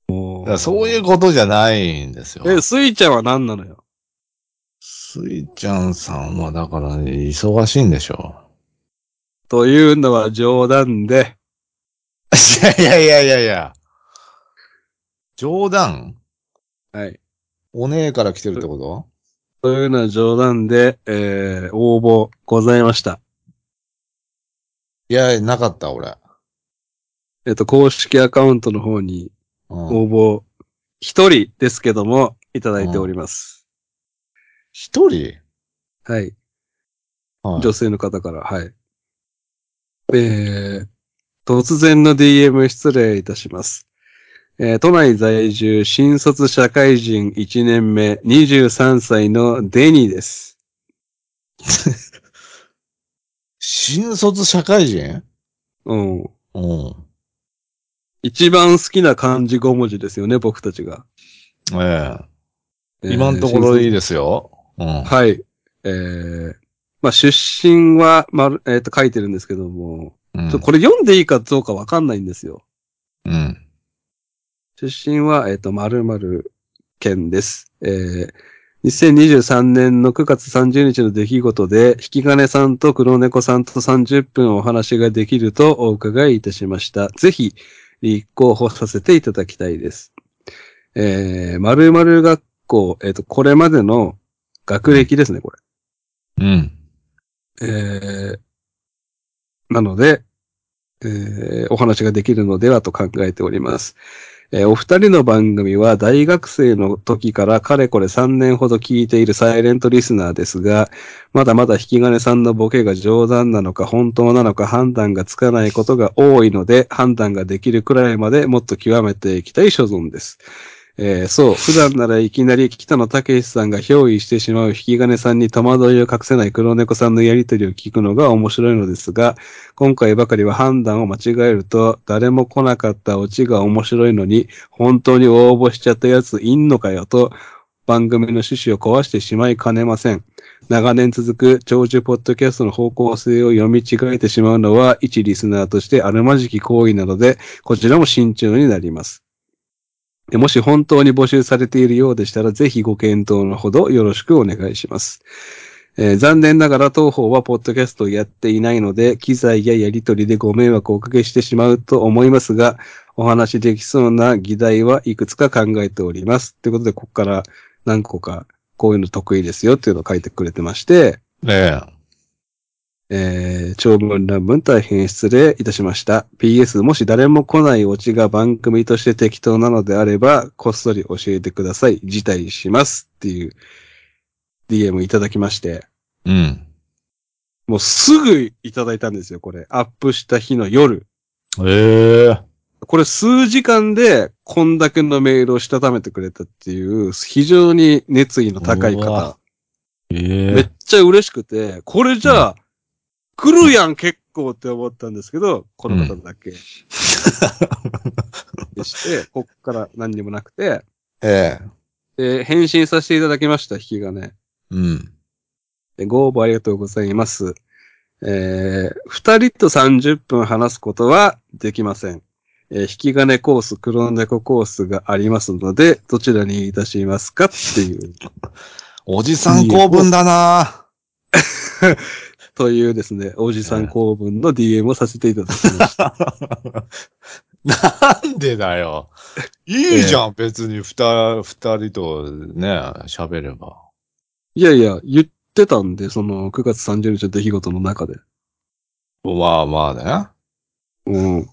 Speaker 1: も
Speaker 2: だからそういうことじゃないんですよ。
Speaker 1: え、スイちゃんは何なのよ。
Speaker 2: スイちゃんさんは、だから、忙しいんでしょ
Speaker 1: というのは冗談で、
Speaker 2: う。 いやいやいやいやいや。冗談
Speaker 1: はい。
Speaker 2: お姉から来てるってこと
Speaker 1: というのは冗談で、えー、応募ございました。
Speaker 2: いや、なかった、俺。
Speaker 1: えっと、公式アカウントの方に
Speaker 2: うん
Speaker 1: 応募、一人ですけども、いただいております。
Speaker 2: 一人
Speaker 1: はい。
Speaker 2: はい
Speaker 1: 女性の方から、はい。えー、突然の DM 失礼いたします。えー都内在住、新卒社会人1年目、23歳のデニーです。
Speaker 2: 新卒社会人
Speaker 1: うん。
Speaker 2: うん。
Speaker 1: 一番好きな漢字5文字ですよね、僕たちが。
Speaker 2: え
Speaker 1: え
Speaker 2: え
Speaker 1: ー
Speaker 2: 今のところいい
Speaker 1: 新
Speaker 2: ですよ。うん
Speaker 1: 卒。はい。えー、まあ、出身は、まる、えっ、と、書いてるんですけども、
Speaker 2: うん
Speaker 1: ちょこれ読んでいいかどうかわかんないんですよ。
Speaker 2: うん。
Speaker 1: 出身は、えっ、と、〇〇県です。えー、2023年の9月30日の出来事で、引き金さんと黒猫さんと30分お話ができるとお伺いいたしました。ぜひ、立候補させていただきたいです。えー、〇〇学校、えっ、と、これまでの学歴ですね、これ。
Speaker 2: うん。
Speaker 1: えーなので、えーお話ができるのではと考えております。えーお二人の番組は大学生の時からかれこれ3年ほど聞いているサイレントリスナーですが、まだまだ引き金さんのボケが冗談なのか本当なのか判断がつかないことが多いので、判断ができるくらいまでもっと極めていきたい所存です。えーそう、普段ならいきなり北野武さんが憑依してしまう引き金さんに戸惑いを隠せない黒猫さんのやりとりを聞くのが面白いのですが、今回ばかりは判断を間違えると、誰も来なかったオチが面白いのに、本当に応募しちゃったやついんのかよと、番組の趣旨を壊してしまいかねません。長年続く長寿ポッドキャストの方向性を読み違えてしまうのは、一リスナーとしてあるまじき行為なので、こちらも慎重になります。えもし本当に募集されているようでしたら、ぜひご検討のほどよろしくお願いします。えー残念ながら当方はポッドキャストをやっていないので、機材ややりとりでご迷惑をおかけしてしまうと思いますが、お話しできそうな議題はいくつか考えております。ということで、ここから何個かこういうの得意ですよっていうのを書いてくれてまして、
Speaker 2: え
Speaker 1: えー長文乱文大変失礼いたしました。PS、もし誰も来ないオチが番組として適当なのであれば、こっそり教えてください。辞退します。っていう DM いただきまして、
Speaker 2: え。うん。
Speaker 1: もうすぐいただいたんですよ、これ。アップした日の夜。
Speaker 2: ええ
Speaker 1: これ数時間でこんだけのメールをしたためてくれたっていう、非常に熱意の高いう方
Speaker 2: わ。え
Speaker 1: めっちゃ嬉しくて、これじゃあ、来るやん、結構って思ったんですけど、この方だけ。でして、こっから何にもなくて、
Speaker 2: ええ。
Speaker 1: で、返信させていただきました、引き金。
Speaker 2: うん。
Speaker 1: でご応募ありがとうございます。えー、二人と30分話すことはできません。えー引き金コース、黒猫コースがありますので、どちらにいたしますかっていう、
Speaker 2: おじさん公文だな
Speaker 1: というですね、おじさん公文の DM をさせていただきました。
Speaker 2: なんでだよ。いいじゃん、別に二人、二人とね、喋れば。
Speaker 1: いやいや、言ってたんで、その、9月30日の出来事の中で。
Speaker 2: まあまあね。
Speaker 1: うん。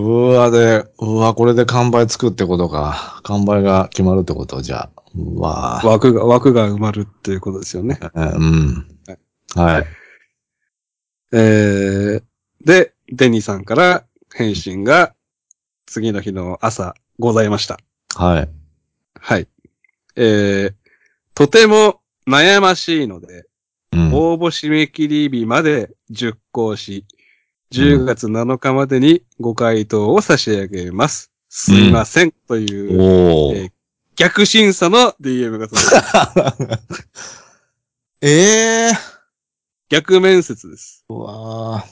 Speaker 2: うわで、うわ、これで完売つくってことか。完売が決まるってことじゃあ。うわ
Speaker 1: 枠が、枠が埋まるっていうことですよね。
Speaker 2: えうん。はい。
Speaker 1: えー、で、デニーさんから返信が、次の日の朝、ございました。
Speaker 2: はい。
Speaker 1: はい。えー、とても悩ましいので、
Speaker 2: うん。
Speaker 1: 応募締め切り日まで熟考し、10月7日までにご回答を差し上げます。すいません。という、
Speaker 2: おー
Speaker 1: えー逆審査の DM が届いた
Speaker 2: え え
Speaker 1: 逆面接です。
Speaker 2: うわぁ。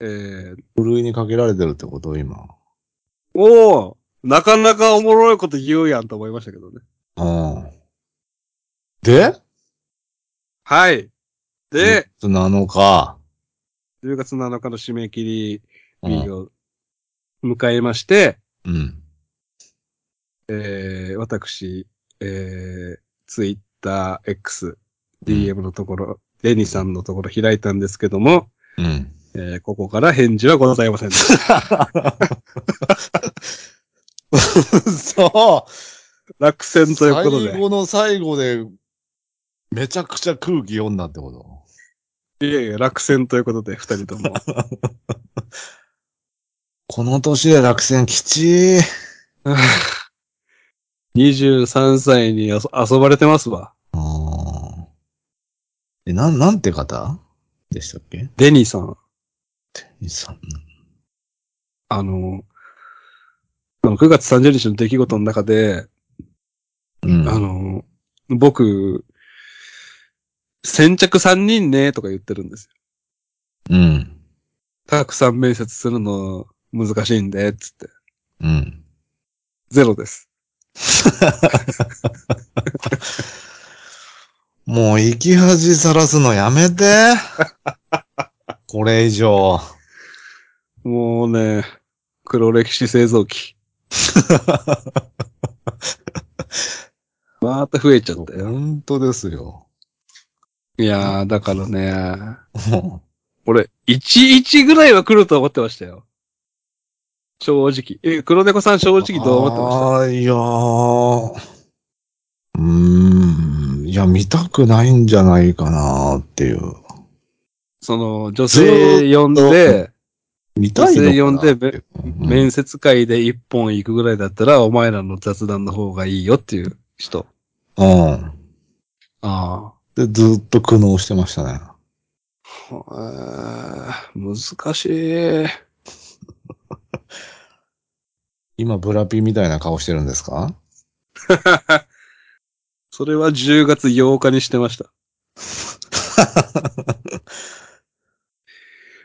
Speaker 1: えー、
Speaker 2: ふるいにかけられてるってこと今。
Speaker 1: おーなかなかおもろいこと言うやんと思いましたけどね。
Speaker 2: うん。で
Speaker 1: はい。で、、
Speaker 2: 7日。
Speaker 1: 10月7日の締め切
Speaker 2: う
Speaker 1: り日
Speaker 2: ん。
Speaker 1: を迎えまして、
Speaker 2: うん。
Speaker 1: えー、私、えー、Twitter、X、DM のところ、デニさんのところ開いたんですけども、
Speaker 2: うん。
Speaker 1: えー、ここから返事はございませんでした。
Speaker 2: そう。
Speaker 1: 落選ということ
Speaker 2: 最
Speaker 1: で。
Speaker 2: 後の最後で、めちゃくちゃ空気読んだってこと
Speaker 1: いやいや、落選ということで、二人とも。
Speaker 2: この年で落選きちい。
Speaker 1: 23歳に遊遊ばれてますわ。
Speaker 2: あーえ、なん、なんて方でしたっけ
Speaker 1: デニーさん、
Speaker 2: さん
Speaker 1: あの、あの9月30日の出来事の中で、
Speaker 2: うん。
Speaker 1: あの、僕、先着3人ね、とか言ってるんですよ。
Speaker 2: うん。
Speaker 1: たくさん面接するの難しいんで、つって。
Speaker 2: うん。
Speaker 1: ゼロです。
Speaker 2: もう、生き恥さらすのやめて。 これ以上。
Speaker 1: もうね、黒歴史製造 機。また増えちゃったよ。
Speaker 2: 本当ですよ。
Speaker 1: いやー、だからね、
Speaker 2: も
Speaker 1: 俺、11ぐらいは来ると思ってましたよ。正直。え、黒猫さん正
Speaker 2: う
Speaker 1: 直どう思ってました
Speaker 2: ああ、いやー。うーん。いや、見たくないんじゃないかなっていう。
Speaker 1: その、女性呼んで、
Speaker 2: 見たいのかな
Speaker 1: 女性呼んで
Speaker 2: うん
Speaker 1: 面接会で一本行くぐらいだったら、お前らの雑談の方がいいよっていう人。
Speaker 2: うん。
Speaker 1: あ
Speaker 2: で、ずっと苦悩してましたね。
Speaker 1: あ。難しい。
Speaker 2: 今、ブラピみたいな顔してるんですか
Speaker 1: それは10月8日にしてました。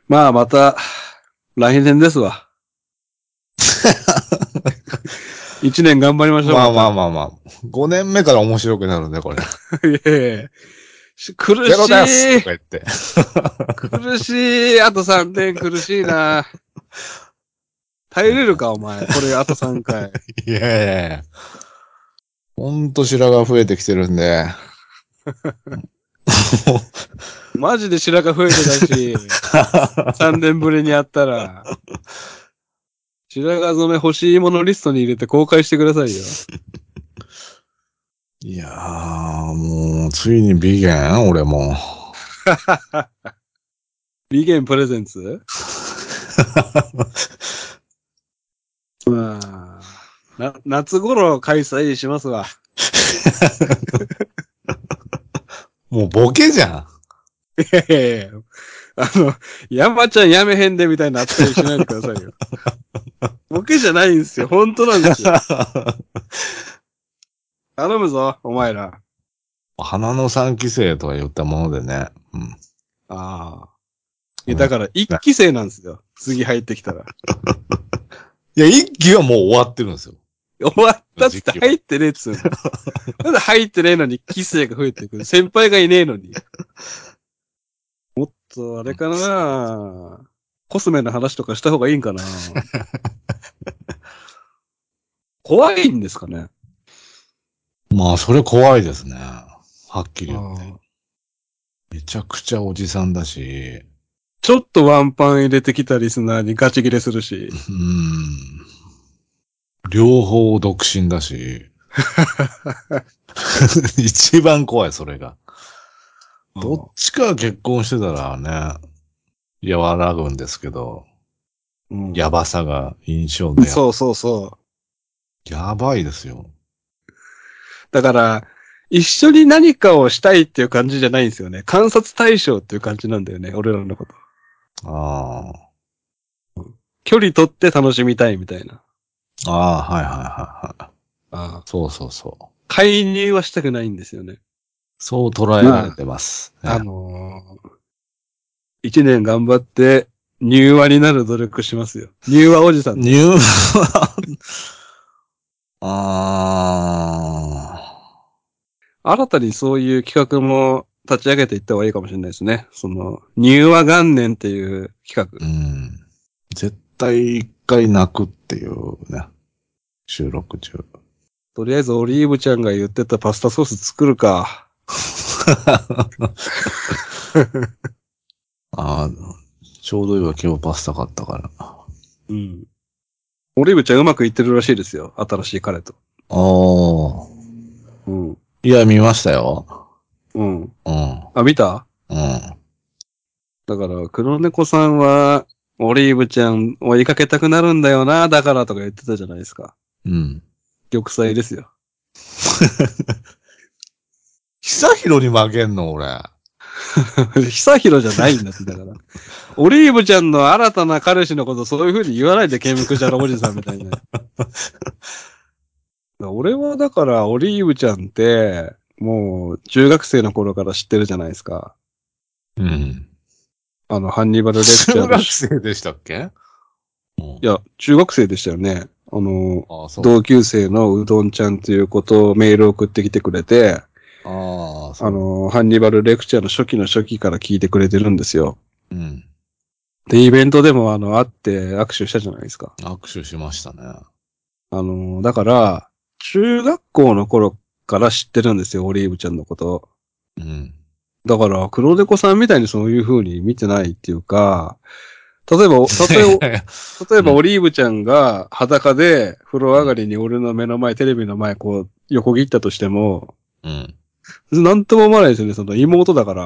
Speaker 1: まあまた、来年です わ。一年頑張 りましょう。
Speaker 2: まあまあまあまあ。5年目から面白くなるね、これ。
Speaker 1: あ。 いやいやいやし苦し
Speaker 2: ゼロです
Speaker 1: い
Speaker 2: とか言って。
Speaker 1: 苦しいあと3年苦しいな。耐えれるか、お前。これあと3回。
Speaker 2: いやいやいや。ほんと白髪増えてきてるんで。
Speaker 1: マジで白髪増えてた し、3年ぶりに会ったら。白髪染め欲しいものリストに入れて公開してくださいよ。
Speaker 2: いやー、もう、ついにビゲン俺も。
Speaker 1: ビゲンプレゼンツまあ、な、夏頃開催しますわ。
Speaker 2: もうボケじ ゃ
Speaker 1: いやいやいやあの、山ちゃんやめへんでみたいな扱いしないでくださいよ。ボケじゃないんですよ。本当なんですよ。
Speaker 2: ん。
Speaker 1: 頼むぞ、お前ら。あ
Speaker 2: 花の三期生とは言ったものでね。うん
Speaker 1: あ。いやだから、一期生なんですよ。次入ってきたら。
Speaker 2: いや、一期はもう終わってるんですよ。
Speaker 1: 終わったっつって入ってねえっつうの。なんで入ってねえのに、期生が増えてくる。先輩がいねえのに。もっと、あれかなコスメの話とかした方がいいんかな怖いんですかね
Speaker 2: まあ、それ怖いですね。はっきり言って。めちゃくちゃおじさんだし、
Speaker 1: ちょっとワンパン入れてきたリスナーにガチ切れするし
Speaker 2: う。ーん。両方独身だし。 一番怖い、それが。どっちかが結婚してたらね、和らぐんですけど、
Speaker 1: うん
Speaker 2: やばさが印象で。
Speaker 1: そうそうそう。
Speaker 2: やばいですよ。
Speaker 1: だから、一緒に何かをしたいっていう感じじゃないんですよね。観察対象っていう感じなんだよね。俺らのこと。
Speaker 2: あ
Speaker 1: 距離取って楽しみたいみたいな。
Speaker 2: あ。ああ、はいはいはいはい。
Speaker 1: ああ
Speaker 2: そうそうそう。
Speaker 1: 介入はしたくないんですよね。
Speaker 2: そう捉えられてます。ね
Speaker 1: あのー一年頑張って、入和になる努力しますよ。入和おじさん。
Speaker 2: 入門は、あ
Speaker 1: 新たにそういう企画も立ち上げていった方がいいかもしれないですね。その、入和元年っていう企
Speaker 2: ー、うん。絶対一回泣くっていうね。収録 中。
Speaker 1: 画。とりあえずオリーブちゃんが言ってたパスタソース作るか。
Speaker 2: あーちょうど今今日パスタ買ったから。あ
Speaker 1: うん。オリーブちゃんうまくいってるらしいですよ。新しい彼と。
Speaker 2: あ。
Speaker 1: うん。
Speaker 2: いや、見ましたよ。
Speaker 1: うん。
Speaker 2: うん。
Speaker 1: あ、見た
Speaker 2: うん。
Speaker 1: だから、黒猫さんは、オリーブちゃん追いかけたくなるんだよな、だからとか言ってたじゃないですか。
Speaker 2: うん。
Speaker 1: 玉砕ですよ。
Speaker 2: 久弘に負けんの、俺。
Speaker 1: 久弘じゃないんだって、だから。オリーブちゃんの新たな彼氏のことそういう風に言わないで、ケムクジャラおじさんみたい な。俺はだから、オリーブちゃんって、もう、中学生の頃から知ってるじゃないですか。
Speaker 2: うん。
Speaker 1: あの、ハンニバル・レクチャー
Speaker 2: 中
Speaker 1: の
Speaker 2: 学生でしたっけうん
Speaker 1: いや、中学生でしたよね。あの、
Speaker 2: ああ、そう。
Speaker 1: 同級生のうどんちゃんということをメール送ってきてくれて、
Speaker 2: ああ、そう。
Speaker 1: あの、ハンニバルレクチャーの初期の初期から聞いてくれてるんですよ。
Speaker 2: うん。
Speaker 1: で、イベントでもあの、会って握手したじゃないですか。
Speaker 2: 握手しましたね。
Speaker 1: あの、だから、中学校の頃から知ってるんですよ、オリーブちゃんのこと。
Speaker 2: うん。
Speaker 1: だから、黒猫さんみたいにそういう風に見てないっていうか、例えば、例え 例えば、
Speaker 2: うん
Speaker 1: オリーブちゃんが裸で風呂上がりに俺の目の前、テレビの前、こう、横切ったとしても、
Speaker 2: うん。
Speaker 1: なんとも思わないですよね、その妹だから。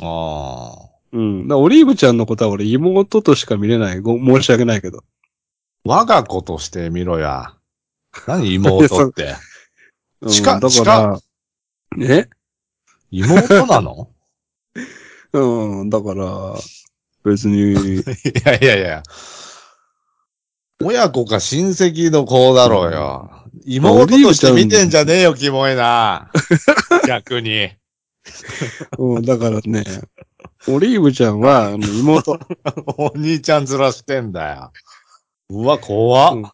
Speaker 2: ああ。
Speaker 1: うん。だからオリーブちゃんのことは俺妹としか見れない。ご申し訳ないけど。
Speaker 2: 我が子として見ろや。何妹って。
Speaker 1: うん
Speaker 2: 近
Speaker 1: だから、え
Speaker 2: 妹 なの
Speaker 1: うん。だから、別に、
Speaker 2: いやいやいや。親子か親戚の子だろうよ。妹として見てんじゃねえよ、キモ いな。逆に。
Speaker 1: うん、だからね、オリーブちゃんは、あの 妹。
Speaker 2: お兄ちゃんずらしてんだよ。うわ、怖っ。
Speaker 1: うん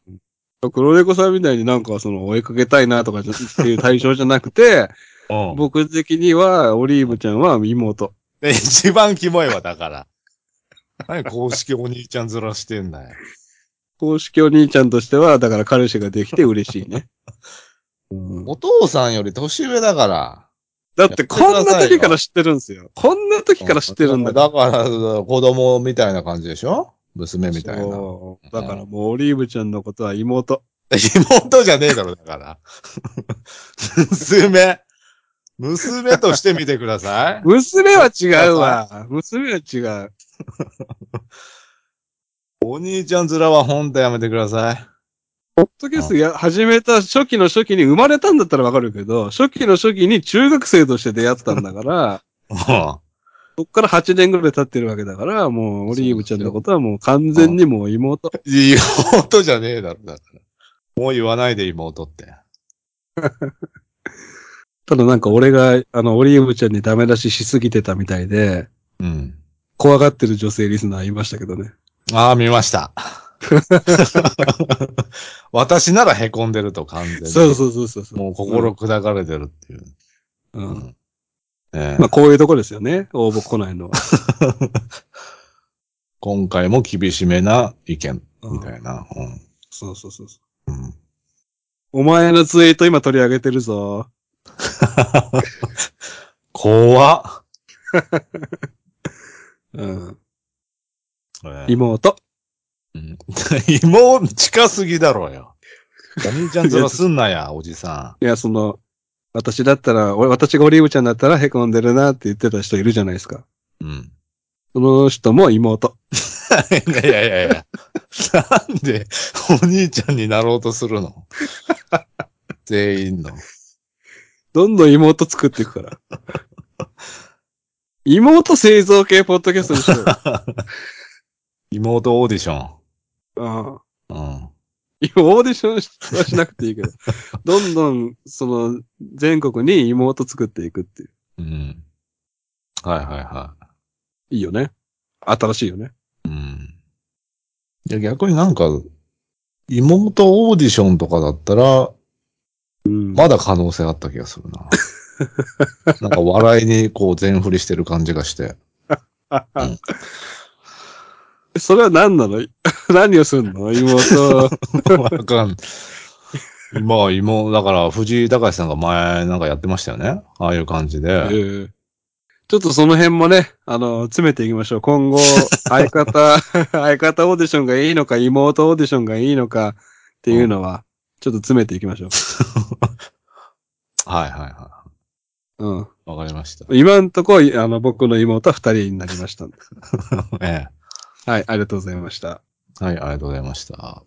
Speaker 1: 黒猫さんみたいになんかその追いかけたいなとかじゃっていう対象じゃなくて、
Speaker 2: うん
Speaker 1: 僕的にはオリーブちゃんは妹。
Speaker 2: で一番キモいわ、だから。何公式お兄ちゃんずらしてんだよ。
Speaker 1: 公式お兄ちゃんとしては、だから彼氏ができて嬉しいね。うん
Speaker 2: お父さんより年上だから。
Speaker 1: だってこんな時から知ってるんですよ。こんな時から知ってるんだから。
Speaker 2: だから、子供みたいな感じでしょ娘みたいな。
Speaker 1: そうだからもうオリーブちゃんのことは妹。
Speaker 2: 妹じゃねえだろ、だから。娘。娘として見てください。
Speaker 1: 娘は違うわ。娘は違う。
Speaker 2: お兄ちゃん面はほんとやめてください。
Speaker 1: ポッドキャストや始めた初期の初期に生まれたんだったらわかるけど、初期の初期に中学生として出会ったんだ から、
Speaker 2: うん
Speaker 1: そっから8年ぐらい経ってるわけだから、もうオリーブちゃんのことはもう完全にもう妹。
Speaker 2: 妹じゃねえだろ、だから。もう言わないで妹って。
Speaker 1: ただなんか俺が、あの、オリーブちゃんにダメ出ししすぎてたみたいで、
Speaker 2: うん。
Speaker 1: 怖がってる女性リスナーいましたけどね。
Speaker 2: ああ、見 ました。私なら凹んでると完全に。
Speaker 1: そうそうそうそうそう。
Speaker 2: もう心砕かれてるっていう。
Speaker 1: うん。
Speaker 2: ええ
Speaker 1: まあこういうとこですよね。応募来ないのは。
Speaker 2: 今回も厳しめな意見、
Speaker 1: う
Speaker 2: み
Speaker 1: ん
Speaker 2: たいな。
Speaker 1: そうそうそうそう。
Speaker 2: うん。うん、
Speaker 1: お前のツイート今取り上げてるぞ。
Speaker 2: 怖っ。
Speaker 1: うん。
Speaker 2: ええ
Speaker 1: 妹。
Speaker 2: うん、妹近すぎだろうよ。お兄ちゃんずらすん なや、おじさ
Speaker 1: いや、その、私だったら、俺、私がオリーブちゃんだったら凹んでるなって言ってた人いるじゃないですか。
Speaker 2: ん。うん。
Speaker 1: その人も妹。
Speaker 2: いやいやいやいや。なんで、お兄ちゃんになろうとす るの全員の。
Speaker 1: どんどん妹作っていくから。 妹製造系ポッドキャストでし
Speaker 2: 妹オーディション。
Speaker 1: ょ。うん。
Speaker 2: うん。
Speaker 1: 今オーディションはしなくていいけど、どんどん、その、全国に妹作っていくっていう。
Speaker 2: うん。はいはいはい
Speaker 1: いよね。新しいよね。
Speaker 2: い。うん。いや、逆になんか、妹オーディションとかだったら、
Speaker 1: うん。
Speaker 2: まだ可能性あった気がするな。 なんか笑いにこう全振りしてる感じがして。 ん
Speaker 1: それは何なの 何をすんの妹。
Speaker 2: わかん。まあ、妹、だから藤井隆さんが前なんかやってましたよね。ああいう感じ
Speaker 1: え
Speaker 2: で。
Speaker 1: ーちょっとその辺もね、あの、詰めていきましょう。今 後、相方、相方オーディションがいいのか、妹オーディションがいいのかっていうのは、ちょっと詰めていきましょ
Speaker 2: はいはいは
Speaker 1: う。うん。
Speaker 2: い。わかりました。
Speaker 1: 今んとこ、いあの、僕の妹は二人になりましたんで。
Speaker 2: え
Speaker 1: はい、ありがとうございました。
Speaker 2: え。はい、ありがとうございました。